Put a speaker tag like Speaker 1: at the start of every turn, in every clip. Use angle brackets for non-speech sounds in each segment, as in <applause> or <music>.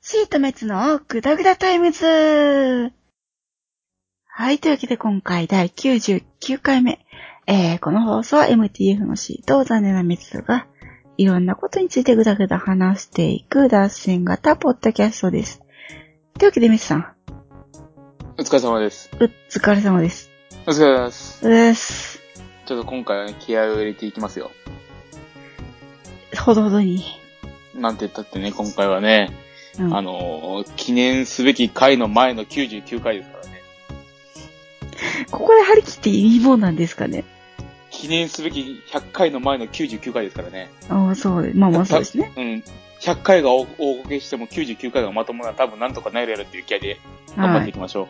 Speaker 1: シートメツのグダグダタイムズはい、というわけで今回第99回目。えー、この放送は MTF のシートを残念なミツが、いろんなことについてグダグダ話していく脱線型ポッドキャストです。というわけでミツさん、
Speaker 2: お疲れ様です。
Speaker 1: うっ、疲れ様です。
Speaker 2: お疲れ様です。
Speaker 1: うっす。
Speaker 2: ちょっと今回はね、気合を入れていきますよ。
Speaker 1: ほどほどに。
Speaker 2: なんて言ったってね、今回はね、
Speaker 1: うん
Speaker 2: あのー記念すべき回の前の99回ですからね。
Speaker 1: ここで張り切っていいもんなんですかね。
Speaker 2: 記念すべき100回の前の99回ですからね。
Speaker 1: ああ、そうで、まあまあそうですね。
Speaker 2: うん。100回が大大こけしても99回がまともなら多分なんとかなるやろっていう気合で頑張っ
Speaker 1: は
Speaker 2: てい
Speaker 1: い。
Speaker 2: きましょ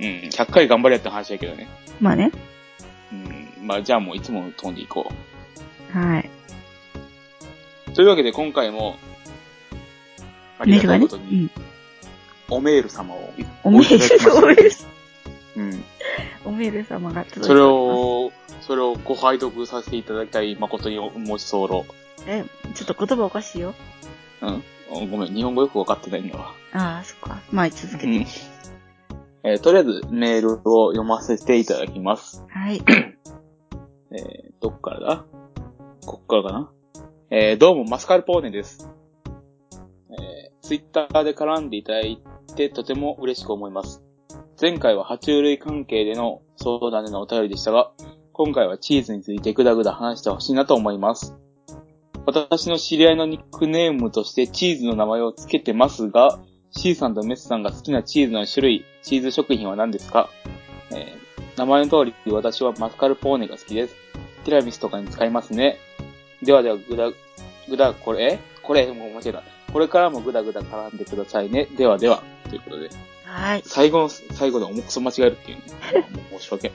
Speaker 2: う。うん。100回頑張れやって話だけどね。
Speaker 1: まあね。
Speaker 2: うん。まあじゃあもういつもの飛んでいこ
Speaker 1: はい。
Speaker 2: う。というわけで今回も、あ
Speaker 1: メ
Speaker 2: り
Speaker 1: ー
Speaker 2: が
Speaker 1: ル
Speaker 2: た
Speaker 1: が
Speaker 2: い
Speaker 1: ね。
Speaker 2: こ
Speaker 1: う
Speaker 2: と
Speaker 1: ん。
Speaker 2: に、おメール様を。
Speaker 1: おメー
Speaker 2: いただき
Speaker 1: ル、
Speaker 2: まし
Speaker 1: お
Speaker 2: た
Speaker 1: メール、
Speaker 2: うん。
Speaker 1: おメール様が届いております
Speaker 2: それ。を、それをご拝読させていただきたい誠に申し候。
Speaker 1: え、ちょっと言葉おかしいよ。
Speaker 2: ごめん、日本語よくわかってないんだわ。
Speaker 1: ああ、そっか。まあ、続け
Speaker 2: う
Speaker 1: て。
Speaker 2: ん。えーとりあえずメールを読ませていただきます。
Speaker 1: はい。
Speaker 2: えーどっからだこっからかなえーどうも、マスカルポーネです。えツイッター Twitter で絡んでいただいてとても嬉しく思います。前回は爬虫類関係での相談でのお便りでしたが、今回はチーズについてぐだぐだ話してほしいなと思います。私の知り合いのニックネームとしてチーズの名前を付けてますが、C さんとメスさんが好きなチーズの種類、チーズ食品は何ですか、えー名前の通り私はマスカルポーネが好きです。ティラミスとかに使いますね。ではでは、ぐだ、ぐだ、これ、えこれ、もう間違えた。これからもぐだぐだ絡んでくださいね。ではでは、ということで。
Speaker 1: はい。
Speaker 2: 最後の、最後で重くそ間違えるっていうね。まあ申し訳、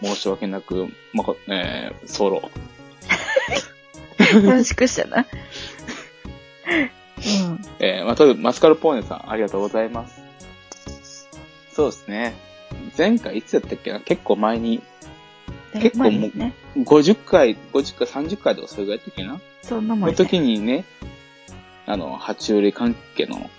Speaker 2: 申し訳なく、まこ、えー、ソロ。
Speaker 1: 楽しくした
Speaker 2: <laughs>
Speaker 1: な。うん。
Speaker 2: えー、まあ、とりあえずマスカルポーネさん、ありがとうございます。そうですね。前回いつやったっけな結構前に、結構もう
Speaker 1: 前ですね。
Speaker 2: 50回、50回、30回とかそれぐらいやったっけな
Speaker 1: そんな
Speaker 2: そ
Speaker 1: もん
Speaker 2: の
Speaker 1: ですね。
Speaker 2: 時にね、あの、爬虫類関係の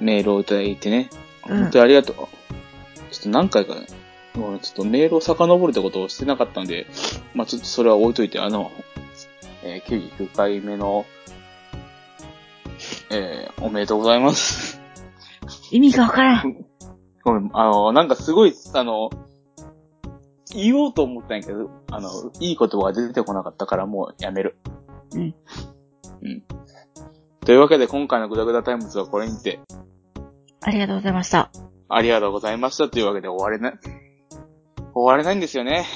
Speaker 2: メールをいただいてね、
Speaker 1: うん
Speaker 2: 本当にありがとう。ちょっと何回かね、もうちょっとメールを遡るってことをしてなかったんで、まあちょっとそれは置いといて、あの、えー99回目の、えーおめでとうございます。
Speaker 1: 意味がわからん。
Speaker 2: ごめん、あの、なんかすごい、あの、言おうと思ったんやけど、あの、いい言葉が出てこなかったからもうやめる。
Speaker 1: うん。
Speaker 2: うん。というわけで今回のグダグダタイムズはこれにて、
Speaker 1: ありがとうございました。
Speaker 2: ありがとうございましたというわけで終われない。終われないんですよね。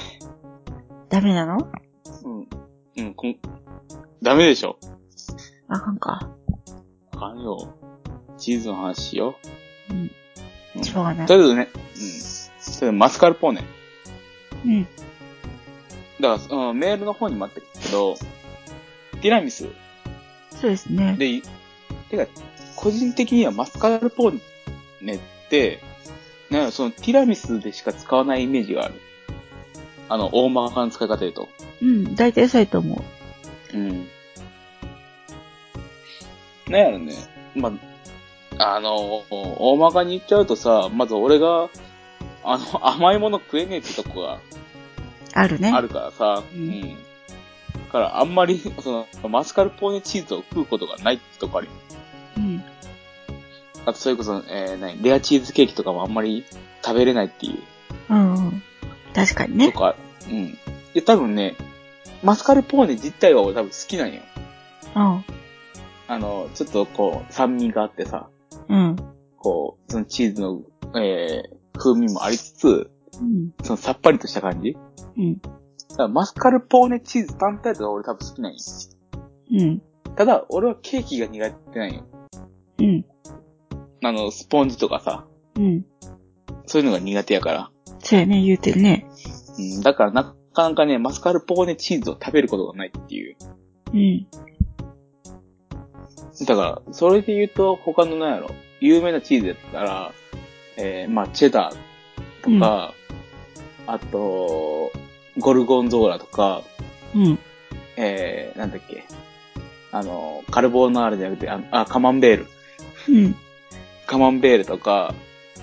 Speaker 1: ダメなの
Speaker 2: うん。うん、こん、ダメでしょ。
Speaker 1: あかんか。
Speaker 2: あかんよ。チーズの話しよ
Speaker 1: うん。
Speaker 2: う。うん
Speaker 1: しょうがない
Speaker 2: と。りあえずね、うん。とりあえずマスカルポーネ。
Speaker 1: うん。
Speaker 2: だから、うん、メールの方にもあったけど、ティラミス
Speaker 1: そうですね。
Speaker 2: で、いてか、個人的にはマスカルポーネって、なんかそのティラミスでしか使わないイメージがある。あの、大まかな使い方で言うと。
Speaker 1: うん。大体そうやと思
Speaker 2: うん。なんやろね。まあ、あの、大まかに言っちゃうとさ、まず俺が、あの、甘いもの食えねえってとこが
Speaker 1: う。あるね。
Speaker 2: あるからさ、
Speaker 1: う
Speaker 2: うんん。だからあんまり、その、マスカルポーネチーズを食うことがないってとこあるよ
Speaker 1: うん。
Speaker 2: あと、それこそ、えー、何、レアチーズケーキとかもあんまり食べれないっていう
Speaker 1: うんうん。確かに
Speaker 2: と
Speaker 1: ね。
Speaker 2: か、うん。で、多分ね、マスカルポーネ自体は俺多分好きなんよ。
Speaker 1: うん。
Speaker 2: あの、ちょっとこう、酸味があってさ、
Speaker 1: うん。
Speaker 2: こう、そのチーズの、えー、風味もありつつ、
Speaker 1: うん。
Speaker 2: そのさっぱりとした感じ
Speaker 1: うん。
Speaker 2: だからマスカルポーネチーズ単体とか俺多分好きなんよ。
Speaker 1: うん。
Speaker 2: ただ、俺はケーキが苦手なんよ。
Speaker 1: うん。
Speaker 2: あの、スポンジとかさ、
Speaker 1: うん。
Speaker 2: そういうのが苦手やから。
Speaker 1: そうやね、言うてるね。
Speaker 2: うん、だからなかなかね、マスカルポーネチーズを食べることがないっていう。
Speaker 1: うん。
Speaker 2: だから、それで言うと、他のなんやろ、有名なチーズやったら、えー、まあ、チェダーとか、あと、ゴルゴンゾーラとか、
Speaker 1: うん。
Speaker 2: えー、なんだっけ、あの、カルボナーラじゃなくて、あのあ、カマンベール。
Speaker 1: うん。
Speaker 2: カマンベールとか、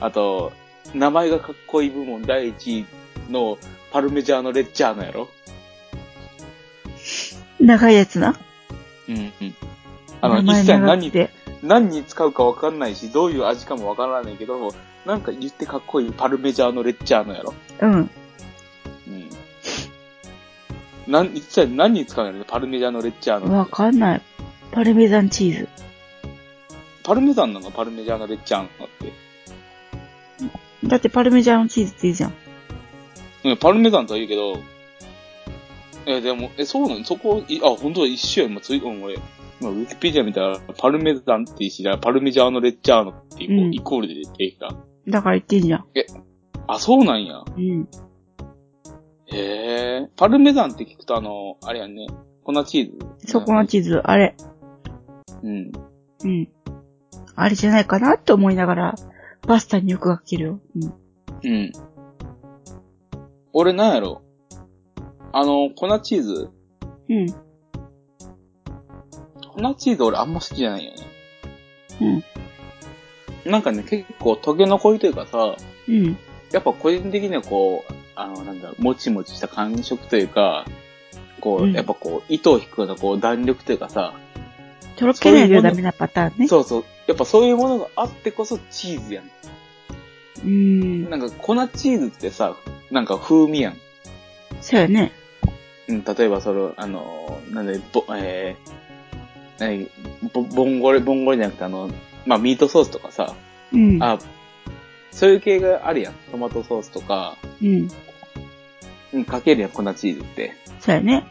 Speaker 2: あと、名前がかっこいい部門第1位のパルメジャーノレッジャーのやろ
Speaker 1: 長いやつな。
Speaker 2: うんうん。あ
Speaker 1: 名
Speaker 2: の、一
Speaker 1: 前
Speaker 2: 切
Speaker 1: 長
Speaker 2: 何
Speaker 1: くて。
Speaker 2: 何に使うかわかんないし、どういう味かもわからないけど、なんか言ってかっこいいパルメジャーのレッジャーのやろ。
Speaker 1: うん。
Speaker 2: うん。なん、一体何に使うのパルメジャーのレッジャーの。
Speaker 1: わかんない。パルメザンチーズ。
Speaker 2: パルメザンなのパルメジャーのレッジャーのって。
Speaker 1: だってパルメジャーのチーズって言うじゃん。
Speaker 2: うん、パルメザンとは言うけど、え、でも、え、そうなのそこ、いあ、本当だ、一緒や、今、つい、うん、俺、今、ウィキペディア見たら、パルメザンって知らパルメジャーのレッジャーノっていう、
Speaker 1: うん
Speaker 2: イコールで出てきた。
Speaker 1: だから言ってんじゃん。
Speaker 2: あ、そうなんや。
Speaker 1: うん。
Speaker 2: へえ。パルメザンって聞くと、あの、あれやんね、粉チーズ。
Speaker 1: そこのチーズ、あれ。
Speaker 2: うん。
Speaker 1: うん。あれじゃないかなって思いながら、パスタによくかけるよ。うん。
Speaker 2: うん。俺、なんやろ。あの、粉チーズ。
Speaker 1: うん。
Speaker 2: 粉チーズ俺あんま好きじゃないよね。
Speaker 1: うん。
Speaker 2: なんかね、結構溶け残りというかさ、
Speaker 1: うん。
Speaker 2: やっぱ個人的にはこう、あの、なんだろう、もちもちした感触というか、こう、
Speaker 1: うん
Speaker 2: やっぱこう、糸を引くようなこう弾力というかさ、
Speaker 1: とろけないとダメなパターンね。
Speaker 2: そうそう、やっぱそういうものがあってこそチーズやん。
Speaker 1: うーん。
Speaker 2: なんか粉チーズってさ、なんか風味やん。
Speaker 1: そうよね。
Speaker 2: うん、例えばそれ、あの、なんで、ぼ、えー、何ぼ、ボンゴレ、ボンゴレじゃなくてあの、まあ、ミートソースとかさ、
Speaker 1: うん。
Speaker 2: あ、そういう系があるやん。トマトソースとか、
Speaker 1: うん。
Speaker 2: うん、かけるやん、粉チーズって。
Speaker 1: そうよね。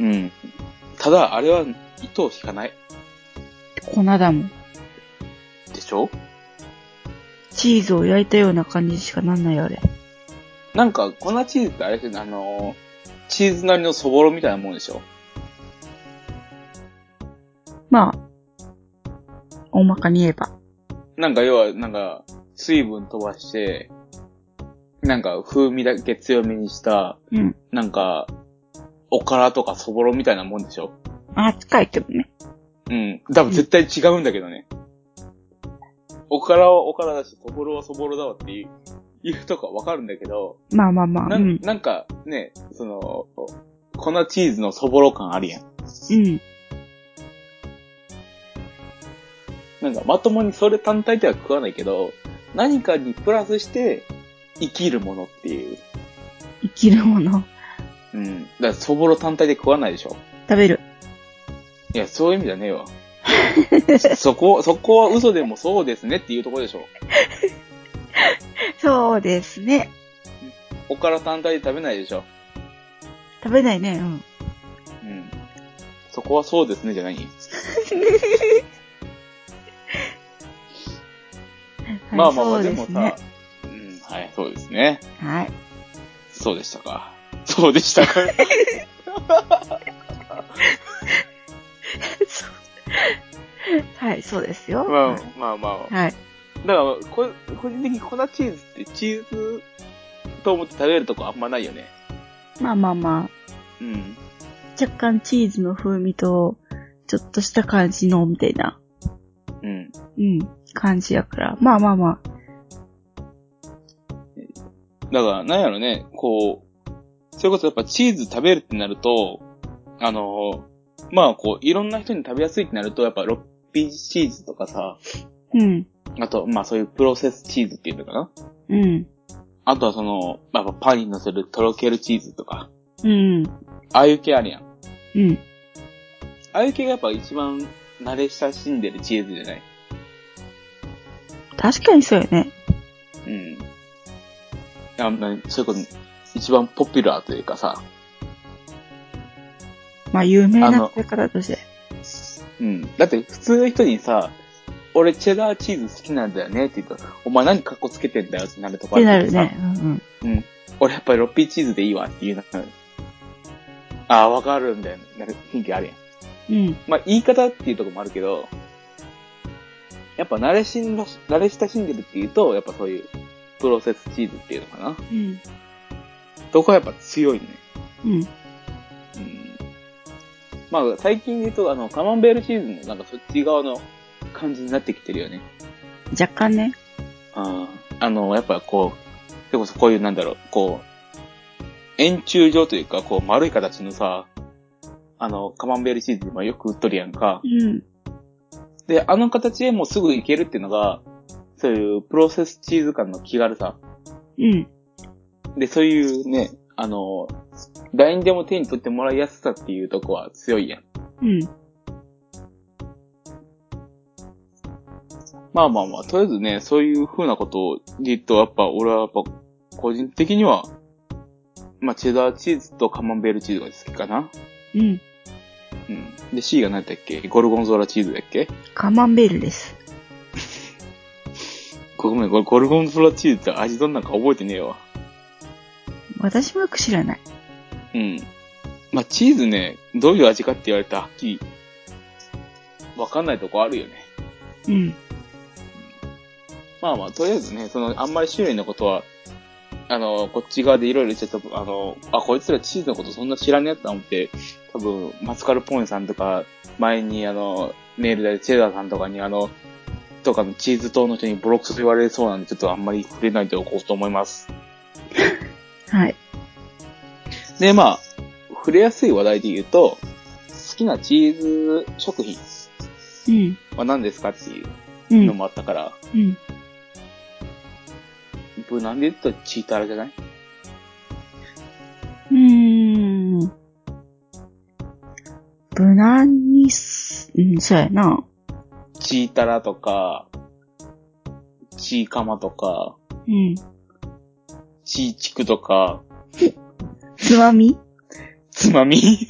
Speaker 2: うん。ただ、あれは糸を引かない
Speaker 1: 粉だもん。
Speaker 2: でしょ
Speaker 1: チーズを焼いたような感じしかなんないよ、あれ。
Speaker 2: なんか、粉チーズってあれですよね、あのーチーズなりのそぼろみたいなもんでしょ
Speaker 1: まあ、大まかに言えば。
Speaker 2: なんか、要は、なんか、水分飛ばして、なんか、風味だけ強めにした、
Speaker 1: うん。
Speaker 2: なんか、おからとかそぼろみたいなもんでしょ
Speaker 1: あ、近いけどね。
Speaker 2: うん。多分絶対違うんだけどね。おからはおからだし、そぼろはそぼろだわっていう、言うとかわかるんだけど、
Speaker 1: まあまあまあ。
Speaker 2: な
Speaker 1: うんん。
Speaker 2: なんかね、その、粉チーズのそぼろ感あるやん。
Speaker 1: うん。
Speaker 2: なんかまともにそれ単体では食わないけど、何かにプラスして生きるものっていう。
Speaker 1: 生きるもの。
Speaker 2: うん。だからそぼろ単体で食わないでしょ。
Speaker 1: 食べる。
Speaker 2: いや、そういう意味じゃねえわ。そこ、そこは嘘でもそうですねっていうところでしょ。
Speaker 1: <laughs> そうですね。
Speaker 2: おから単体で食べないでしょ。
Speaker 1: 食べないね。 <laughs> うん。
Speaker 2: うん。そこはそうですねじゃない。
Speaker 1: はい
Speaker 2: まあまあまあ、
Speaker 1: そ
Speaker 2: で
Speaker 1: う
Speaker 2: も
Speaker 1: す
Speaker 2: さ
Speaker 1: ね。、
Speaker 2: うん、はい、そうですね。
Speaker 1: はい。
Speaker 2: そうでしたか。そうでし
Speaker 1: <laughs>
Speaker 2: たか。
Speaker 1: はい、そうですよ。
Speaker 2: まあまあまあ。
Speaker 1: はい。
Speaker 2: だから、こ個人的に粉チーズってチーズと思って食べるとこあんまないよね。
Speaker 1: まあまあま
Speaker 2: うん。
Speaker 1: あ。若干チーズの風味と、ちょっとした感じの、みたいな。
Speaker 2: うん。
Speaker 1: うん。感じやから。まあまあまあ。
Speaker 2: だから、なんやろね、こう、それこそやっぱチーズ食べるってなると、あのーまあこう、いろんな人に食べやすいってなると、やっぱロッピーチーズとかさ、
Speaker 1: うん。
Speaker 2: あと、まあそういうプロセスチーズっていうのかな。
Speaker 1: うん。
Speaker 2: あとはその、まあやっぱパンに乗せるとろけるチーズとか、
Speaker 1: うん。
Speaker 2: ああいう系あるやん。あ
Speaker 1: うん。
Speaker 2: あいう系がやっぱ一番慣れ親しんでるチーズじゃない
Speaker 1: 確かにそうよね。
Speaker 2: うん。あんな、そういうこと、一番ポピュラーというかさ、
Speaker 1: まあ、有名
Speaker 2: あ
Speaker 1: な
Speaker 2: の
Speaker 1: 食べ方として。
Speaker 2: うん。だって普通の人にさ、俺チェダーチーズ好きなんだよねって言ったら、お前何格好つけてんだよってなると
Speaker 1: っ
Speaker 2: こ
Speaker 1: て
Speaker 2: ろ
Speaker 1: な
Speaker 2: ある
Speaker 1: る
Speaker 2: けどさ
Speaker 1: ね。うん
Speaker 2: うん。俺やっぱりロッピーチーズでいいわって言うな。ああ、わかるんだよ。なんか雰囲気あるやん。
Speaker 1: うん。うん。
Speaker 2: まあ、言い方っていうところもあるけど、やっぱ慣れしんだし、慣れ親しんでるっていうと、やっぱそういうプロセスチーズっていうのかな。
Speaker 1: うん。
Speaker 2: そこはやっぱ強いね。
Speaker 1: うん。
Speaker 2: うん。まあ、最近で言うと、あの、カマンベールチーズもなんかそっち側の感じになってきてるよね。
Speaker 1: 若干ね。
Speaker 2: ああの、やっぱこう、それこそこういうなんだろう、こう、円柱状というか、こう丸い形のさ、あの、カマンベールチーズ今よく売っとるやんか
Speaker 1: う。ん。
Speaker 2: で、あの形へもうすぐいけるっていうのが、そういうプロセスチーズ感の気軽さ。
Speaker 1: うん。
Speaker 2: で、そういうね、あの、LINE でも手に取ってもらいやすさっていうとこは強いやん。
Speaker 1: うん。
Speaker 2: まあまあまあ、とりあえずね、そういう風なことで言うと、やっぱ俺はやっぱ、個人的には、まあ、チェダーチーズとカマンベールチーズが好きかな。
Speaker 1: うん。
Speaker 2: うん。で、C が何だっけゴルゴンゾーラチーズだっけ
Speaker 1: カマンベールです。
Speaker 2: ごめん、これゴルゴンゾーラチーズって味どんなんか覚えてねえわ。
Speaker 1: 私もよく知らない。
Speaker 2: うん。まあ、チーズね、どういう味かって言われたらはっきり、わかんないとこあるよね。
Speaker 1: うん。
Speaker 2: まあまあ、とりあえずね、その、あんまり種類のことは、あの、こっち側でいろいろ言っちゃった、あの、あ、こいつらチーズのことそんな知らねえと思って、多分、マスカルポーネさんとか、前にあの、メールでチェダーさんとかにあの、とかのチーズ党の人にボロクソ言われそうなんで、ちょっとあんまり触れないでおこうと思います。
Speaker 1: はい。
Speaker 2: で、まあ、触れやすい話題で言うと、好きなチーズ食品
Speaker 1: うん。
Speaker 2: は何ですかっていう
Speaker 1: う
Speaker 2: の
Speaker 1: ん。
Speaker 2: もあったから、
Speaker 1: うん。
Speaker 2: 無難で言うとチータラじゃない
Speaker 1: うん。無難にす、うん、そうやな。
Speaker 2: チータラとか、チーカマとか、
Speaker 1: うん。
Speaker 2: チーチクとか、
Speaker 1: つまみ
Speaker 2: つまみ <laughs> い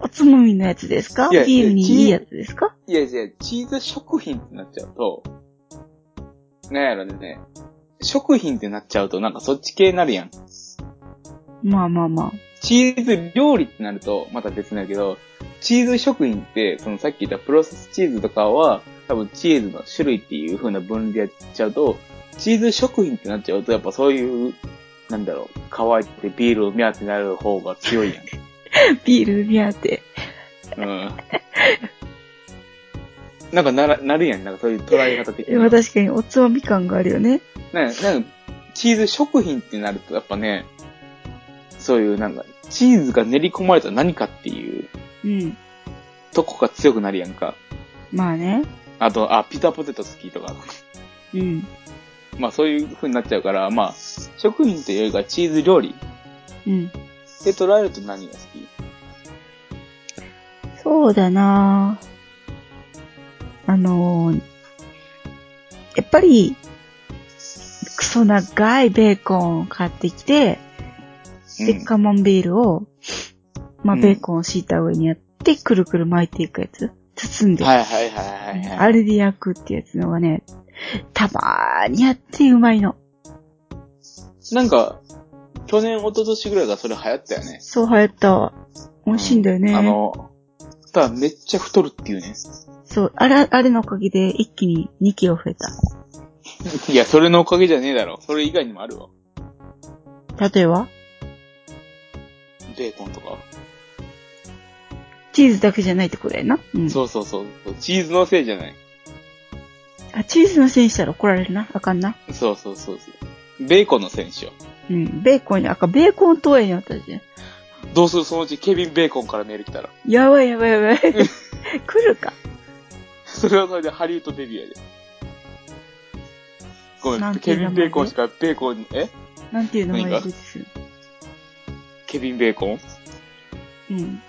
Speaker 1: おつまみのやつですか
Speaker 2: いや
Speaker 1: ビールにいいやつですか
Speaker 2: やいや、チーズ食品ってなっちゃうと、なんやろね、食品ってなっちゃうとなんかそっち系になるやん。
Speaker 1: まあまあまあ。
Speaker 2: チーズ料理ってなるとまた別なんやけど、チーズ食品って、そのさっき言ったプロセスチーズとかは、多分チーズの種類っていう風な分類でやっちゃうと、チーズ食品ってなっちゃうと、やっぱそういう、なんだろう、乾いてビールを目当てになる方が
Speaker 1: <laughs>
Speaker 2: 強いやん。
Speaker 1: ビール目当て。
Speaker 2: うん。なんかなら、なるやん。なんかそういう捉え方的
Speaker 1: い
Speaker 2: に
Speaker 1: や
Speaker 2: は。
Speaker 1: 確かにおつまみ感があるよね。
Speaker 2: なんかなんかチーズ食品ってなると、やっぱね、そういうなんか、チーズが練り込まれた何かっていう
Speaker 1: うん。
Speaker 2: とこが強くなるやんか。
Speaker 1: まあね。
Speaker 2: あと、あ、ピザポテト好きとか。
Speaker 1: うん。
Speaker 2: まあそういう風になっちゃうから、まあ、食品というよりかチーズ料理
Speaker 1: うん。
Speaker 2: で捉えると何が好き
Speaker 1: そうだなぁあのー、やっぱり、クソ長いベーコンを買ってきて、で、
Speaker 2: うん
Speaker 1: カマンベールを、まあ、
Speaker 2: うん
Speaker 1: ベーコンを敷いた上にやって、くるくる巻いていくやつ。包んで。
Speaker 2: はいはいはいはい、はい。
Speaker 1: あれで焼くってやつのがね、たまーにやってうまいの。
Speaker 2: なんか、去年、一昨年ぐらいがそれ流行ったよね。
Speaker 1: そう流行ったわ。美味しいんだよね。
Speaker 2: あの、ただめっちゃ太るっていうね。
Speaker 1: そう、あれ、あれのおかげで一気に2キロ増えた。
Speaker 2: いや、それのおかげじゃねえだろ。それ以外にもあるわ。
Speaker 1: 例えば
Speaker 2: ベーコンとか。
Speaker 1: チーズだけじゃないってくらいな。うん。
Speaker 2: そうそうそう。チーズのせいじゃない。
Speaker 1: あ、チーズのせいにしたら怒られるな。あかんな。
Speaker 2: そうそうそうそう。ベーコンのせいにしよ
Speaker 1: うん。ベーコンに、あかん、ベーコン投影になったじゃん。
Speaker 2: う。どうするそのうちケビン・ベーコンからメール来たら。
Speaker 1: やばいやばいやばい。 <laughs> 来るか。
Speaker 2: それはそれでハリウッドデビューやで。ごめ
Speaker 1: なん
Speaker 2: ん、
Speaker 1: ていう
Speaker 2: ケ
Speaker 1: 名
Speaker 2: ビン・
Speaker 1: 前
Speaker 2: ベーコンしかベーコン、え
Speaker 1: なんていう名前
Speaker 2: 何が
Speaker 1: です。
Speaker 2: ケビン・ベーコン
Speaker 1: うん。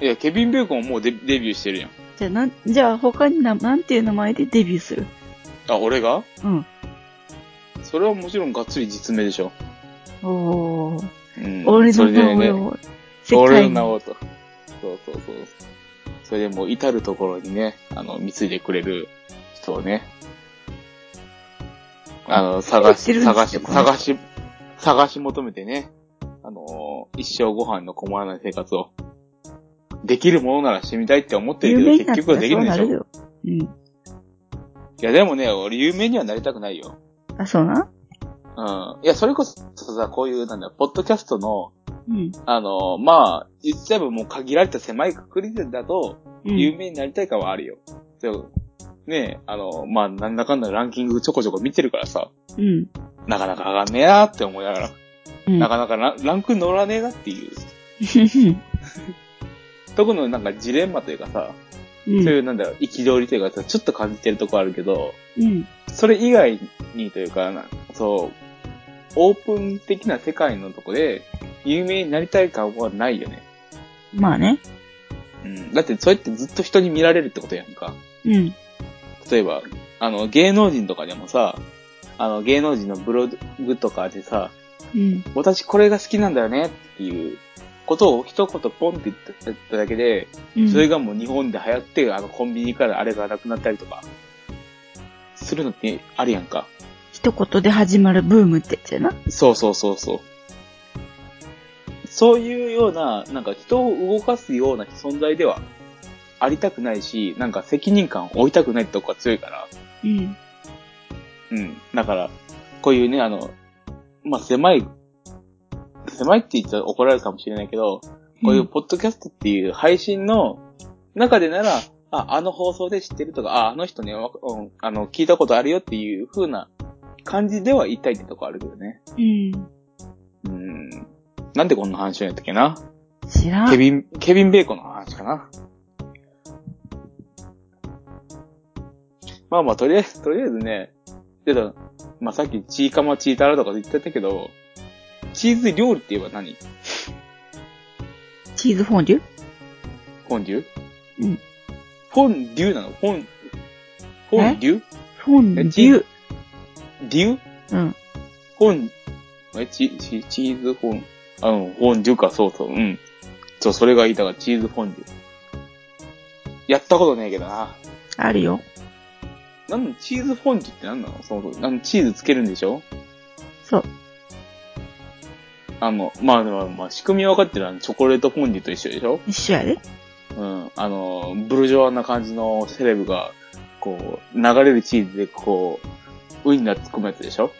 Speaker 2: いや、ケビン・ベーコンはもうデデビューしてるやん。
Speaker 1: じゃあ、なん、じゃあ他にな、なんていう名前でデビューする。
Speaker 2: あ、俺が
Speaker 1: うん。
Speaker 2: それはもちろんがっつり実名でしょ。
Speaker 1: おー。
Speaker 2: うん。
Speaker 1: 俺
Speaker 2: そ
Speaker 1: の
Speaker 2: れで
Speaker 1: 名
Speaker 2: ね
Speaker 1: 前を、世
Speaker 2: 俺
Speaker 1: 界
Speaker 2: の名
Speaker 1: に。
Speaker 2: をと。そうそうそう。それでもう至るところにね、あの、貢いでくれるそうね。あの、
Speaker 1: や
Speaker 2: 探
Speaker 1: って
Speaker 2: し、
Speaker 1: るんで
Speaker 2: 探
Speaker 1: すよ
Speaker 2: し、
Speaker 1: この人
Speaker 2: 探し、探し求めてね。あのー一生ご飯の困らない生活を。できるものならしてみたいって思ってる
Speaker 1: 有名
Speaker 2: け
Speaker 1: に
Speaker 2: ど、
Speaker 1: なっ
Speaker 2: 結
Speaker 1: た
Speaker 2: 局は
Speaker 1: ら
Speaker 2: でき
Speaker 1: そ
Speaker 2: る
Speaker 1: うんなるよ。うん。
Speaker 2: でしょいや、でもね、俺有名にはなりたくないよ。
Speaker 1: あ、そうなん
Speaker 2: うん。いや、それこそさ、こういう、なんだ、ポッドキャストの、
Speaker 1: うん。
Speaker 2: あのーまあ、言っちゃえばもう限られた狭い確率だと、
Speaker 1: うん
Speaker 2: 有名になりたい感はあるよ。でも、ねえ、あの、まあ、なんだかんだランキングちょこちょこ見てるからさ、
Speaker 1: うん。
Speaker 2: なかなか上がんねえなって思いながら、
Speaker 1: うん。
Speaker 2: なかなかランランク乗らねえなっていう、特のなんかジレンマというかさ、
Speaker 1: う。
Speaker 2: そうんいうなんだろう、憤りというかさ、ちょっと感じてるとこあるけど、
Speaker 1: うん。
Speaker 2: それ以外にというか、なそう、オープン的な世界のとこで、有名になりたい感はないよね。
Speaker 1: まあね。
Speaker 2: うん。だって、そうやってずっと人に見られるってことやんか。
Speaker 1: うん。
Speaker 2: 例えば、あの、芸能人とかでもさ、あの、芸能人のブログとかでさ、
Speaker 1: うん。
Speaker 2: 私これが好きなんだよねっていうことを一言ポンって言っただけで、
Speaker 1: うん。
Speaker 2: それがもう日本で流行って、あの、コンビニからあれがなくなったりとか、するのってあるやんか。
Speaker 1: 一言で始まるブームってやつやな。
Speaker 2: そうそうそうそう。そういうような、なんか人を動かすような存在ではありたくないし、なんか責任感を負いたくないってとこが強いから、
Speaker 1: うん。
Speaker 2: うん。だから、こういうね、あの、まあ、狭い、狭いって言ったら怒られるかもしれないけど、こういうポッドキャストっていう配信の中でなら、あ、あの放送で知ってるとか、あ、あの人ね、わうん、あの、聞いたことあるよっていう風な感じでは言いたいってとこあるけどね。
Speaker 1: うん。
Speaker 2: うん。なんでこんな話をやったっけな
Speaker 1: 知ら
Speaker 2: ケ
Speaker 1: ん。
Speaker 2: ビン、ケビン・ベーコンの話かな。まあまあ、とりあえず、とりあえずね、ちょっと、まあさっきチーカマチータラとか言ってたけど、チーズ料理って言えば何
Speaker 1: チーズフォンデュ
Speaker 2: フォンデュ
Speaker 1: うん。
Speaker 2: フォンデュなのフォン、フォンデュ
Speaker 1: フォンデ
Speaker 2: えチー
Speaker 1: ュ
Speaker 2: ズ。デュ
Speaker 1: うん。
Speaker 2: フォン、え、チ、チ、チーズフォン、あの、フォンデュか、そうそう、うん。そう、それが言いたから、チーズフォンデュ。やったことねえけどな。
Speaker 1: あるよ。
Speaker 2: なんのチーズフォンデュって何なのそもそも。なんチーズつけるんでしょ
Speaker 1: そう。
Speaker 2: あの、まあ、まあ、まあ、仕組みは分かってるあのチョコレートフォンデュと一緒でしょ
Speaker 1: 一緒やで。
Speaker 2: うん。あの、ブルジョワな感じのセレブが、こう、流れるチーズで、こう、ウインナー突っ込むやつでしょ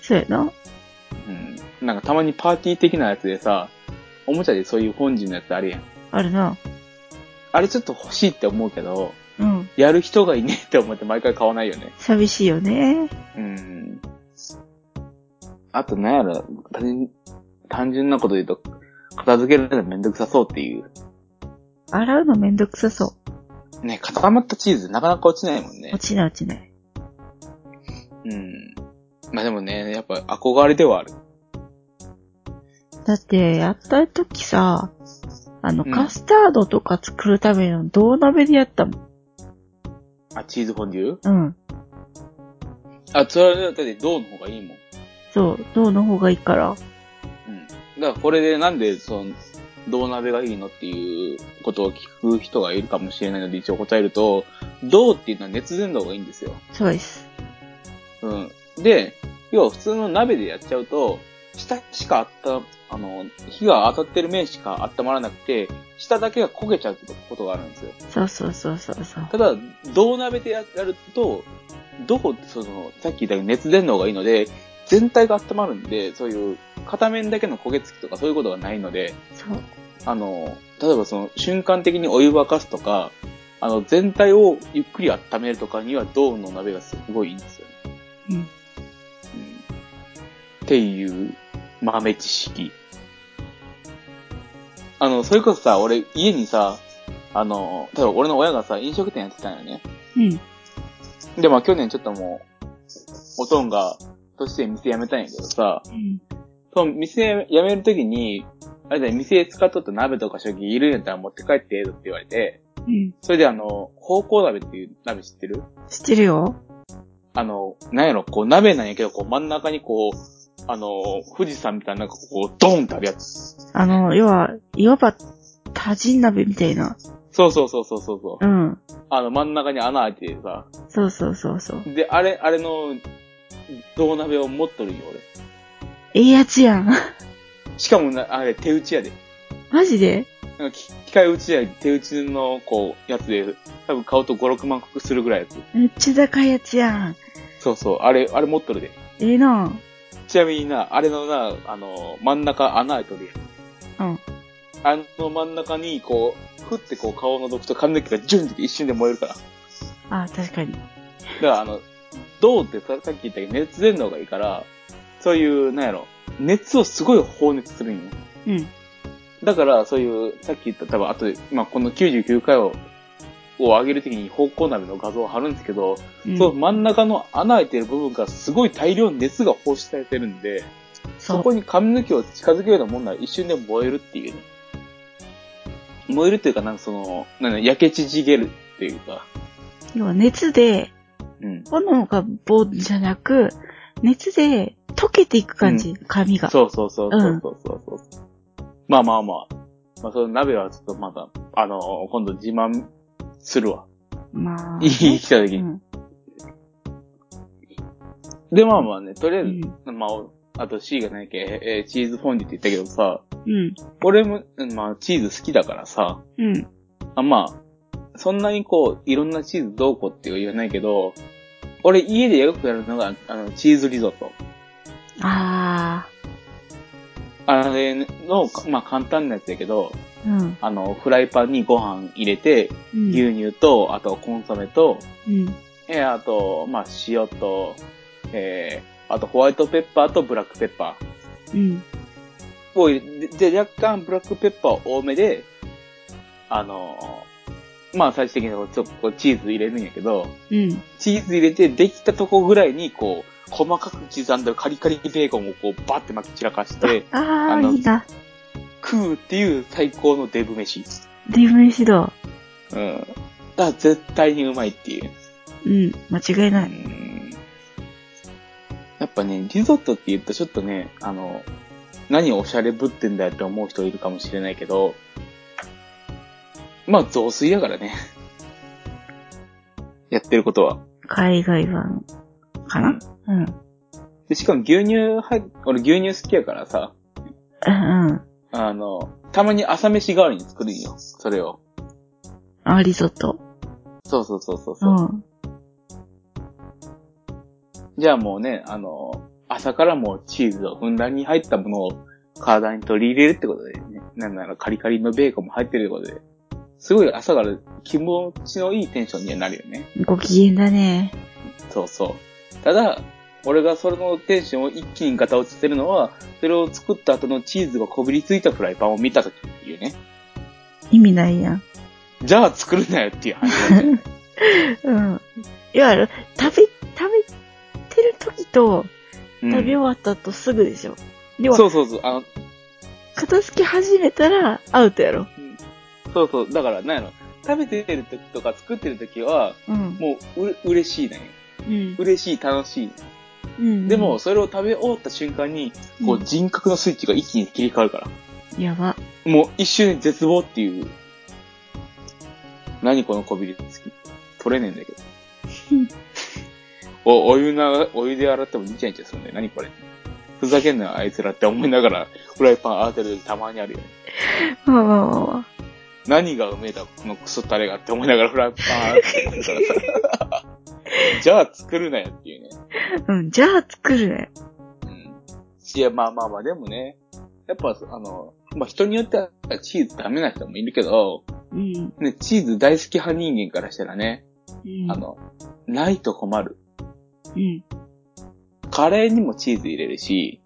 Speaker 1: そうやな。
Speaker 2: うん。なんかたまにパーティー的なやつでさ、おもちゃでそういうフォンデュのやつあるやん。
Speaker 1: あるな。
Speaker 2: あれちょっと欲しいって思うけど、
Speaker 1: うん。
Speaker 2: やる人がいねえって思って毎回買わないよね。
Speaker 1: 寂しいよね。
Speaker 2: うん。あと、なんやろ、単純、単純なこと言うと、片付けるのめんどくさそうっていう。
Speaker 1: 洗うのめんどくさそ
Speaker 2: ね、固まったチーズなかなか落ちないもん
Speaker 1: う。
Speaker 2: ね
Speaker 1: 落。ちない落ちない。
Speaker 2: うん。まあでもね、やっぱ憧れではある。
Speaker 1: だって、やった時さ、あの、
Speaker 2: うん
Speaker 1: カスタードとか作るための銅鍋でやったもん。
Speaker 2: あ、チーズフォンデュ
Speaker 1: うん。
Speaker 2: あ、それはだって銅の方がいいもん。
Speaker 1: そう。銅の方がいいから。
Speaker 2: うん。だからこれでなんで、その、銅鍋がいいのっていうことを聞く人がいるかもしれないので一応答えると、銅っていうのは熱伝導がいいんですよ。
Speaker 1: そうです。
Speaker 2: うん。で、要は普通の鍋でやっちゃうと、下しかあった、あの、火が当たってる面しか温まらなくて、下だけが焦げちゃうってことがあるんですよ。
Speaker 1: そうそうそうそうそう。
Speaker 2: ただ、銅鍋でややると、どこ、その、さっき言った熱伝導がいいので、全体が温まるんで、そういう片面だけの焦げ付きとかそういうことがないので、
Speaker 1: そう。
Speaker 2: あの、例えばその瞬間的にお湯沸かすとか、あの、全体をゆっくり温めるとかには銅の鍋がすごいいいんですよね。
Speaker 1: うん。
Speaker 2: っていう豆知識。あの、それこそさ、俺家にさ、あの、例えば俺の親がさ、飲食店やってたんよね。
Speaker 1: うん。
Speaker 2: で、まあ去年ちょっともう、おとんが、として店辞めたんやけどさ、
Speaker 1: うん。
Speaker 2: その店辞めるときに、あれだよ、店使っとった鍋とか食器いるんやったら持って帰ってええぞって言われて、
Speaker 1: うん。
Speaker 2: それであの、方向鍋っていう鍋知ってる
Speaker 1: 知ってるよ。
Speaker 2: あの、なんやろ、こう、鍋なんやけど、こう、真ん中にこう、あの、富士山みたいな、なんかこう、ドーンってあるやつ。
Speaker 1: あの、要は、いわば、多人鍋みたいな。
Speaker 2: そうそうそうそうそうそ
Speaker 1: う。
Speaker 2: う
Speaker 1: ん。
Speaker 2: あの、真ん中に穴開いてさ。
Speaker 1: そうそうそうそう。
Speaker 2: で、あれ、あれの、銅鍋を持っとるんよ、俺。
Speaker 1: ええやつやん。 <laughs>
Speaker 2: しかもな、あれ、手打ちやで。
Speaker 1: マジで
Speaker 2: なんかき、機械打ちや、手打ちの、こう、やつで、多分買うと5、6万するぐらいやつ。
Speaker 1: めっちゃ高いやつやん。
Speaker 2: そうそう、あれ、あれ持っとるで。
Speaker 1: ええな
Speaker 2: ちなみにな、あれのな、あの、真ん中穴開いとるやん。
Speaker 1: うん。
Speaker 2: あの真ん中に、こう、ふってこう顔の毒と髪の毛がジュンって一瞬で燃えるから。だか
Speaker 1: あ、確かに。
Speaker 2: ら、あの、銅ってささっき言ったけど、熱伝導がいいから、そういう、なんやろ、熱をすごい放熱するんよ。
Speaker 1: うん。
Speaker 2: だから、そういう、さっき言った、多分あとで、まあ、この99回を、を上げるときに方向鍋の画像を貼るんですけど、
Speaker 1: うん、
Speaker 2: その真ん中の穴開いてる部分からすごい大量に熱が放出されてるんで、
Speaker 1: そ
Speaker 2: そうこに髪の毛を近づけるようなもんなら一瞬で燃えるっていうね。燃えるっていうか、なんかその、なんだ焼け縮げるっていうか、
Speaker 1: 要は熱で、
Speaker 2: うん。
Speaker 1: 炎がボンじゃなく、熱で溶けていく感じ、髪が。
Speaker 2: そうそうそうそうそうそうそう、まあまあまあ。まあ、その鍋はちょっとまだ、あのー今度自慢するわ。
Speaker 1: まあ。
Speaker 2: いい、来た時
Speaker 1: う
Speaker 2: に。
Speaker 1: ん。
Speaker 2: で、まあまあね、とりあ
Speaker 1: う
Speaker 2: えず、
Speaker 1: ん。
Speaker 2: まあ、あと C がないけ、えーチーズフォンデュって言ったけどさ、
Speaker 1: うん。
Speaker 2: 俺も、うんまあ、チーズ好きだからさ、
Speaker 1: うん。
Speaker 2: あまあ、そんなにこう、いろんなチーズどうこうって言わないけど、俺家でよくやるのが、あの、チーズリゾット。
Speaker 1: あ
Speaker 2: あれの、まあ簡単なやつやけど、
Speaker 1: ー。うん。
Speaker 2: あの、フライパンにご飯入れて、
Speaker 1: うん。
Speaker 2: 牛乳と、あとコンソメと、
Speaker 1: うん。
Speaker 2: えー、あと、まあ塩と、えー、あとホワイトペッパーとブラックペッパー
Speaker 1: うん。
Speaker 2: を入れで、で若干ブラックペッパー多めで、あのーまあ最終的にこうちょっとこうチーズ入れるんやけど、
Speaker 1: うん。
Speaker 2: チーズ入れて、できたとこぐらいに、こう、細かく刻んだカリカリベーコンをこう、バって巻き散ら
Speaker 1: <laughs>
Speaker 2: かして、
Speaker 1: あ
Speaker 2: あ
Speaker 1: ー、
Speaker 2: の
Speaker 1: いいな。
Speaker 2: 食うっていう最高のデブ飯。
Speaker 1: デブ飯だ。
Speaker 2: うん。だから絶対にうまいっていう。
Speaker 1: うん。間違いうない。
Speaker 2: ん。やっぱね、リゾットって言うとちょっとね、あの、何おしゃれぶってんだよって思う人いるかもしれないけど、まあ、雑炊やからね。 <laughs> やってることは。
Speaker 1: 海外版かなうん。
Speaker 2: で、しかも牛乳入っ、俺牛乳好きやからさ、
Speaker 1: うんうん。
Speaker 2: あの、たまに朝飯代わりに作るんよ。それを。
Speaker 1: あ、リゾット。
Speaker 2: そうそうそうそう
Speaker 1: う
Speaker 2: そう、
Speaker 1: ん。
Speaker 2: じゃあもうね、あの、朝からもうチーズをふんだんに入ったものを体に取り入れるってことで、ね、なんならカリカリのベーコンも入ってるってことで、すごい朝から気持ちのいいテンションにはなるよね。
Speaker 1: ご機嫌だね。
Speaker 2: そうそう。ただ、俺がそれのテンションを一気にガタ落ちさせるのは、それを作った後のチーズがこびりついたフライパンを見た時っていうね。
Speaker 1: 意味ないやん。
Speaker 2: じゃあ作るなよっていう話なんだよ。
Speaker 1: <laughs> うん。いわゆる、食べ、食べてる時と、食
Speaker 2: う
Speaker 1: べ終
Speaker 2: ん、
Speaker 1: わった後すぐでしょ。要
Speaker 2: そ
Speaker 1: は、
Speaker 2: うそうそう。あの、
Speaker 1: 片付け始めたら、アウトやろ。
Speaker 2: そうそう。だから、なんやろ。食べてる時とか作ってる時は、
Speaker 1: うん。
Speaker 2: もう、う、嬉しいなんよ。
Speaker 1: うん。
Speaker 2: 嬉しい、楽しい。
Speaker 1: うん。
Speaker 2: でも、、それを食べ終わった瞬間に、こう、人格のスイッチが一気に切り替わるから。
Speaker 1: うん、やば。
Speaker 2: もう、一瞬で絶望っていう。何このこびりつき。取れねえんだけど。
Speaker 1: <laughs>
Speaker 2: お、お湯な、お湯で洗ってもニチャニチャするんだよ。何これ。ふざけんなよ、あいつらって思いながら、フライパン洗ってる時たまにあるよね。
Speaker 1: まあまあまあま
Speaker 2: 何がうめえだ、このクソタレがって思いながらフライパン洗ってるからさ。じゃあ作るなよっていうね。
Speaker 1: あ。うん。じゃあ作るね。
Speaker 2: うん。いや、まあまあまあ、でもね、やっぱ、あの、まあ人によってはチーズダメな人もいるけど、
Speaker 1: うん。
Speaker 2: ね、チーズ大好き派人間からしたらね、
Speaker 1: うん。
Speaker 2: あの、ないと困る。
Speaker 1: うん。
Speaker 2: カレーにもチーズ入れるし、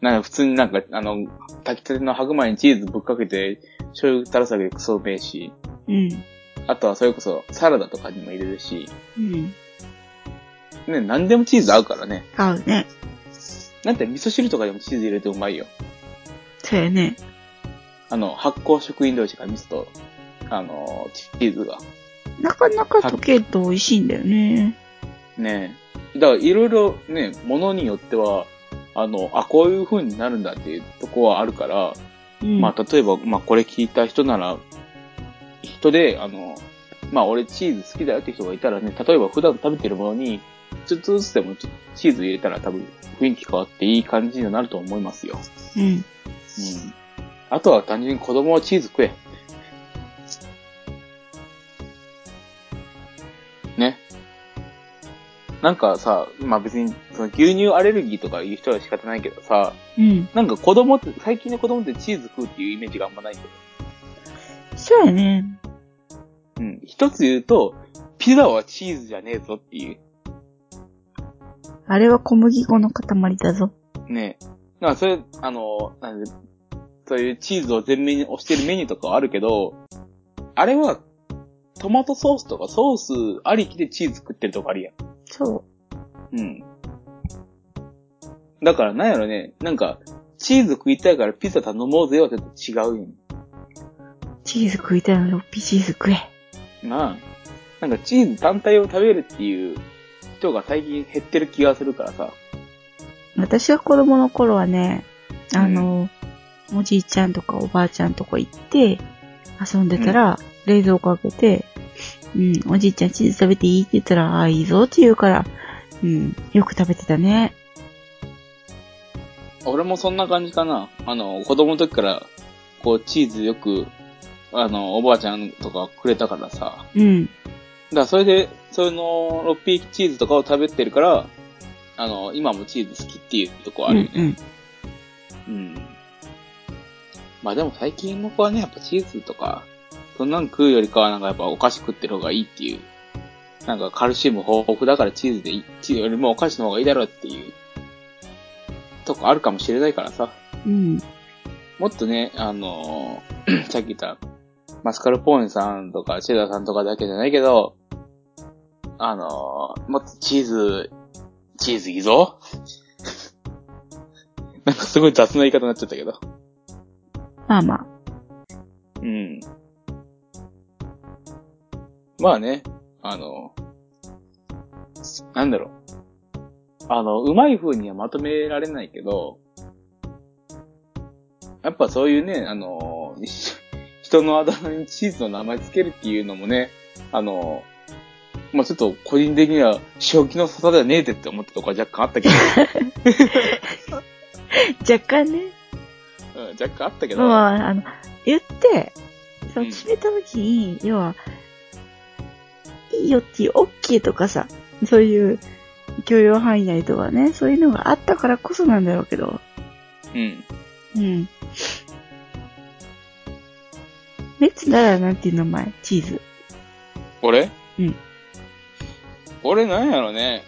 Speaker 2: なんか普通になんか、あの、炊きたての白米にチーズぶっかけて、醤油垂らすだけでクソうめえし、
Speaker 1: うん。
Speaker 2: あとはそれこそサラダとかにも入れるし、
Speaker 1: うん。
Speaker 2: ね、何でもチーズ合うからね。
Speaker 1: 合うね。
Speaker 2: なんて味噌汁とかでもチーズ入れてうまいよ。
Speaker 1: そうやね。
Speaker 2: あの、発酵食品同士が味噌と、あの、チーズが。
Speaker 1: なかなか溶けると美味しいんだよね。
Speaker 2: ねえ。だから、いろいろね、ものによっては、あの、あ、こういう風になるんだっていうとこはあるから、
Speaker 1: うん。
Speaker 2: まあ、例えば、まあ、これ聞いた人なら、人で、あの、まあ俺チーズ好きだよって人がいたらね、例えば普段食べてるものに、ちょっとずつでもちょチーズ入れたら多分雰囲気変わっていい感じになると思いますよ。
Speaker 1: うん。
Speaker 2: うん。あとは単純に子供はチーズ食え。ね。なんかさ、まあ別に、その牛乳アレルギーとか言う人は仕方ないけどさ、
Speaker 1: うん。
Speaker 2: なんか子供って、最近の子供ってチーズ食うっていうイメージがあんまないけど。
Speaker 1: そうやね。
Speaker 2: うん。一つ言うと、ピザはチーズじゃねえぞっていう。
Speaker 1: あれは小麦粉の塊だぞ。
Speaker 2: ねえ。まあ、それ、あの、なんで、そういうチーズを全面に押してるメニューとかはあるけど、あれは、トマトソースとかソースありきでチーズ食ってるとこあるや
Speaker 1: そ
Speaker 2: ん。うん。だから、なんやろね、なんか、チーズ食いたいからピザ頼もうぜはちょっと違うよね。
Speaker 1: う。チーズ食いたいのよ。ピチーズ食え。
Speaker 2: なあ。なんかチーズ単体を食べるっていう人が最近減ってる気がするからさ。
Speaker 1: 私が子供の頃はね、あの、おじいちゃんとかおばあちゃんとか行って、遊んでたら、冷蔵庫開けて、うん、おじいちゃんチーズ食べていいって言ったら、ああ、いいぞって言うから、うん、よく食べてたね。
Speaker 2: 俺もそんな感じかな。あの、子供の時から、こう、チーズよく、あの、おばあちゃんとかくれたからさ。
Speaker 1: うん。
Speaker 2: だからそれで、その、ロッピーチーズとかを食べてるから、あの、今もチーズ好きっていうとこあるよ
Speaker 1: うんう
Speaker 2: ね。
Speaker 1: ん。
Speaker 2: うん、まあでも最近の子はね、やっぱチーズとか、そんなん食うよりかはなんかやっぱお菓子食ってる方がいいっていう。なんかカルシウム豊富だからチーズでいい、チーズよりもお菓子の方がいいだろうっていう、とこあるかもしれないからさ。
Speaker 1: うん。
Speaker 2: もっとね、あのー <clears throat> さっき言った、マスカルポーネさんとか、チェダーさんとかだけじゃないけど、あのーもっとチーズ、チーズいいぞ <laughs> なんかすごい雑な言い方になっちゃったけど。
Speaker 1: まあまあ。
Speaker 2: うん。まあね、あのーなんだろう。あの、うまい風にはまとめられないけど、やっぱそういうね、あの <laughs> ー、ひ人のあだ名にチーズの名前つけるっていうのもね、あのー、まあちょっと個人的には正気の沙汰ではねえぜって思ったとこは若干あったけ
Speaker 1: <laughs>
Speaker 2: ど、
Speaker 1: 若干ね、
Speaker 2: うん、若干あったけど、
Speaker 1: まあ、あの、言って、そうの
Speaker 2: ん
Speaker 1: 決めた時に、要は、いいよっていう、OK とかさ、そういう許容範囲内とかね、そういうのがあったからこそなんだろうけど、
Speaker 2: うん。
Speaker 1: うん。レッツならなんていう名前チーズ。
Speaker 2: 俺
Speaker 1: うん。
Speaker 2: 俺なんやろね。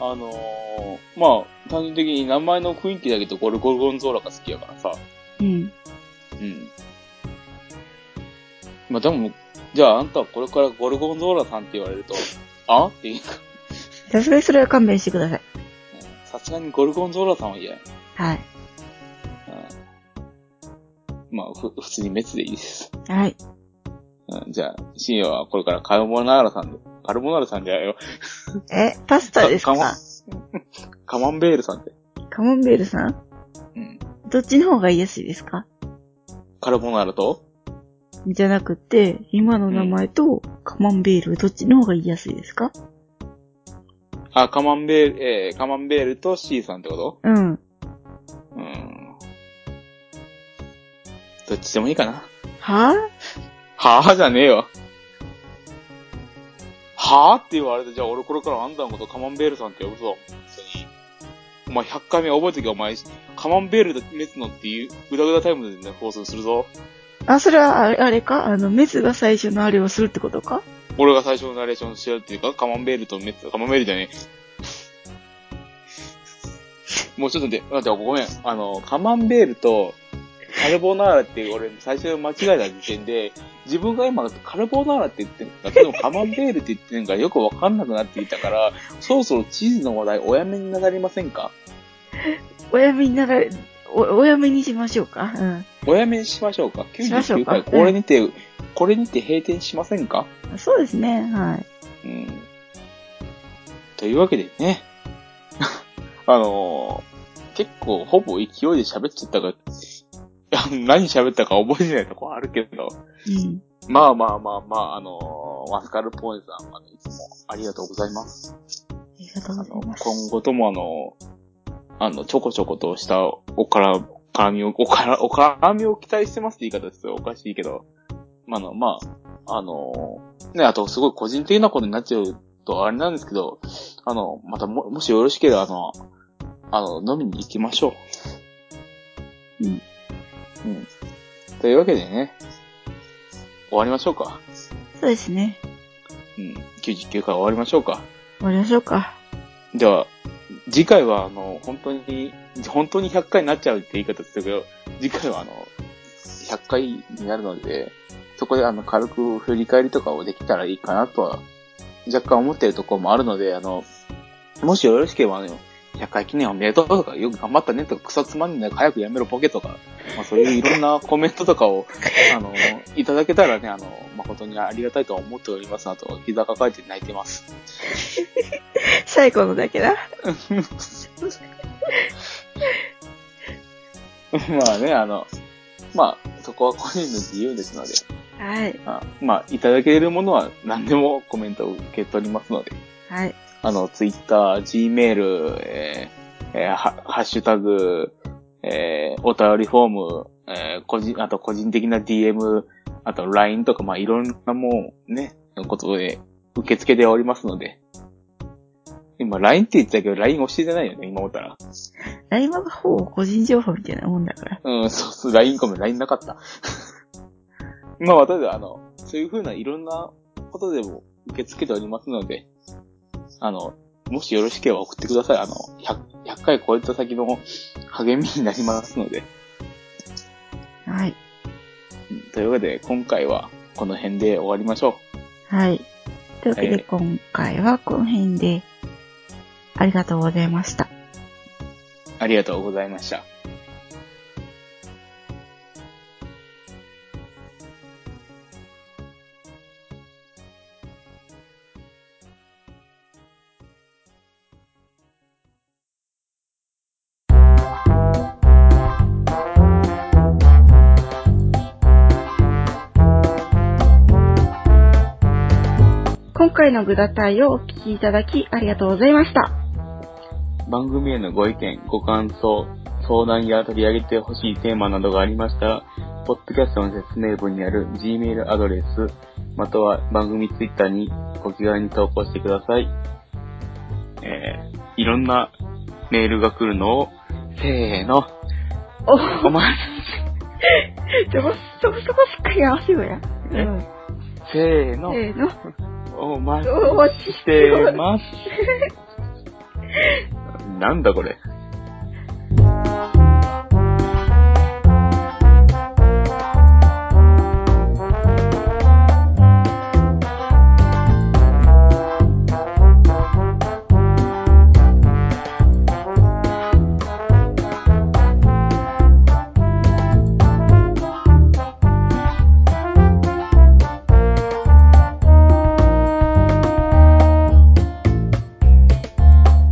Speaker 2: あのー、まあ、単純的に名前の雰囲気だけど、俺ゴルゴンゾーラが好きやからさ。
Speaker 1: うん。
Speaker 2: うん。まあでも、じゃああんたはこれからゴルゴンゾーラさんって言われると、あっていうか、
Speaker 1: さすがにそれは勘弁してください。
Speaker 2: うんさすがにゴルゴンゾーラさんは嫌や。
Speaker 1: はい。
Speaker 2: うんまあ、ふ、普通に滅でいいです。
Speaker 1: はい。
Speaker 2: うん、じゃあ、深夜はこれからカルボナーラさんで、カルボナーラさんじゃないよ。
Speaker 1: え、パスタですか
Speaker 2: カカマンベールさんで。
Speaker 1: カモンベールさん
Speaker 2: うん。
Speaker 1: どっちの方が言いやすいですか
Speaker 2: カルボナーラと
Speaker 1: じゃなくて、今の名前とカマンベール、どっちの方が言いやすいですか
Speaker 2: あ、カマンベール、えー、カマンベールと C さんってこ
Speaker 1: うん。
Speaker 2: とうーん。どっちでもいいかな。
Speaker 1: はぁ
Speaker 2: はぁじゃねえよ。はぁって言われて、じゃあ俺これからあんたのことカマンベールさんって呼ぶぞ。本当に。お前100回目覚えとけお前、カマンベールで滅のっていう、ぐだぐだタイムで、ね、放送するぞ。
Speaker 1: あ、それはあれあれかあの、メスが最初のあれをするってことか
Speaker 2: 俺が最初のナレーションしようっていうか、カマンベールとメッツ、カマンベールじゃね <laughs> え。もうちょっとで、待って、ごめん。あの、カマンベールとカルボナーラっていう俺最初間違えた時点で、自分が今カルボナーラって言ってるのか、で
Speaker 1: <laughs>
Speaker 2: もカマンベールって言ってるのかよくわかんなくなっていたから、そろそろチーズの話題おやめになりませんか
Speaker 1: おやめになられ、お、おやめにしましょうかう
Speaker 2: おやめにしましょうか
Speaker 1: しましょう
Speaker 2: ?99
Speaker 1: か
Speaker 2: 回、これにて、これにて閉店しませんか
Speaker 1: ん。そうですね、はい。
Speaker 2: うん。というわけでね、 <laughs> あのー結構ほぼ勢いで <laughs> 喋っちゃったから、いや何喋ったか覚えてないとこあるけど、
Speaker 1: うん。
Speaker 2: まあまあまあまあ、あのーマスカルポーネさん、あの、いつもありがとうございます。
Speaker 1: ありがとう
Speaker 2: あ
Speaker 1: ござ
Speaker 2: の
Speaker 1: い、ます。
Speaker 2: 今後ともあの、あの、ちょこちょことしたおから、絡みを、おから、お絡みを期待してますって言い方ですよ。おかしいけど。まあ、あの、まあ、あの、ね、あとすごい個人的なことになっちゃうとあれなんですけど、あの、またも、もしよろしければ、あの、あの、飲みに行きましょう。
Speaker 1: うん。
Speaker 2: うん。というわけでね、終わりましょうか。
Speaker 1: そうですね。
Speaker 2: うん。99回終わりましょうか。
Speaker 1: 終わりましょうか。 <laughs>
Speaker 2: じゃあ、次回は、あの、本当に、本当に100回になっちゃうって言い方するけど、次回は、あの、100回になるので、そこで、あの、軽く振り返りとかをできたらいいかなとは、若干思ってるところもあるので、あの、もしよろしければ、あの、100回記念おめでとうとか、よく頑張ったねとか、草つまんねえな早くやめろボケとか、まあそういういろんなコメントとかを、あの、いただけたらね、あの、誠にありがたいと思っております。あと、膝抱えて泣いてます。
Speaker 1: 最後のだけだ。
Speaker 2: <laughs> まあね、あの、まあ、そこは個人の自由ですので、
Speaker 1: はい。
Speaker 2: あまあ、いただけるものは何でもコメントを受け取りますので、
Speaker 1: はい。
Speaker 2: あの、ツイッター、Gmail、えーえーはハッシュタグ、えーお便りフォーム、えー個人、あと個人的な DM、あと LINE とか、まあ、いろんなもうね、のことで受け付けておりますので、今 LINE って言ってたけど、LINE 教えてないよね、今思ったら。
Speaker 1: ライマがほぼ個人情報みたいなもんだから。
Speaker 2: うん、そうそう、LINE ごめん、LINE なかった。 <laughs> まあ、私は、あの、そういう風ないろんなことでも受け付けておりますので、あの、もしよろしければ送ってください。あの、100, 100回超えた先の励みになりますので。
Speaker 1: はい。
Speaker 2: うんというわけで、今回はこの辺で終わりましょ
Speaker 1: はい。というわけ
Speaker 2: は
Speaker 1: で
Speaker 2: い
Speaker 1: 今回はこの辺で、ありがとうございました。
Speaker 2: う。ありがとうございました。
Speaker 1: 今回のグダタイをお聞きいただきありがとうございました。
Speaker 2: 番組へのご意見、ご感想、相談や取り上げてほしいテーマなどがありましたら、ポッドキャストの説明文にある Gmail アドレス、または番組 Twitter にご気軽に投稿してください。えー、いろんなメールが来るのを、せーの、
Speaker 1: お
Speaker 2: お前、
Speaker 1: そこ、そこ、そこしっかり合わせようや。
Speaker 2: え
Speaker 1: うん。
Speaker 2: せーの、
Speaker 1: せーの。
Speaker 2: お待ち
Speaker 1: お待ち <laughs>
Speaker 2: してます。なんだこれ。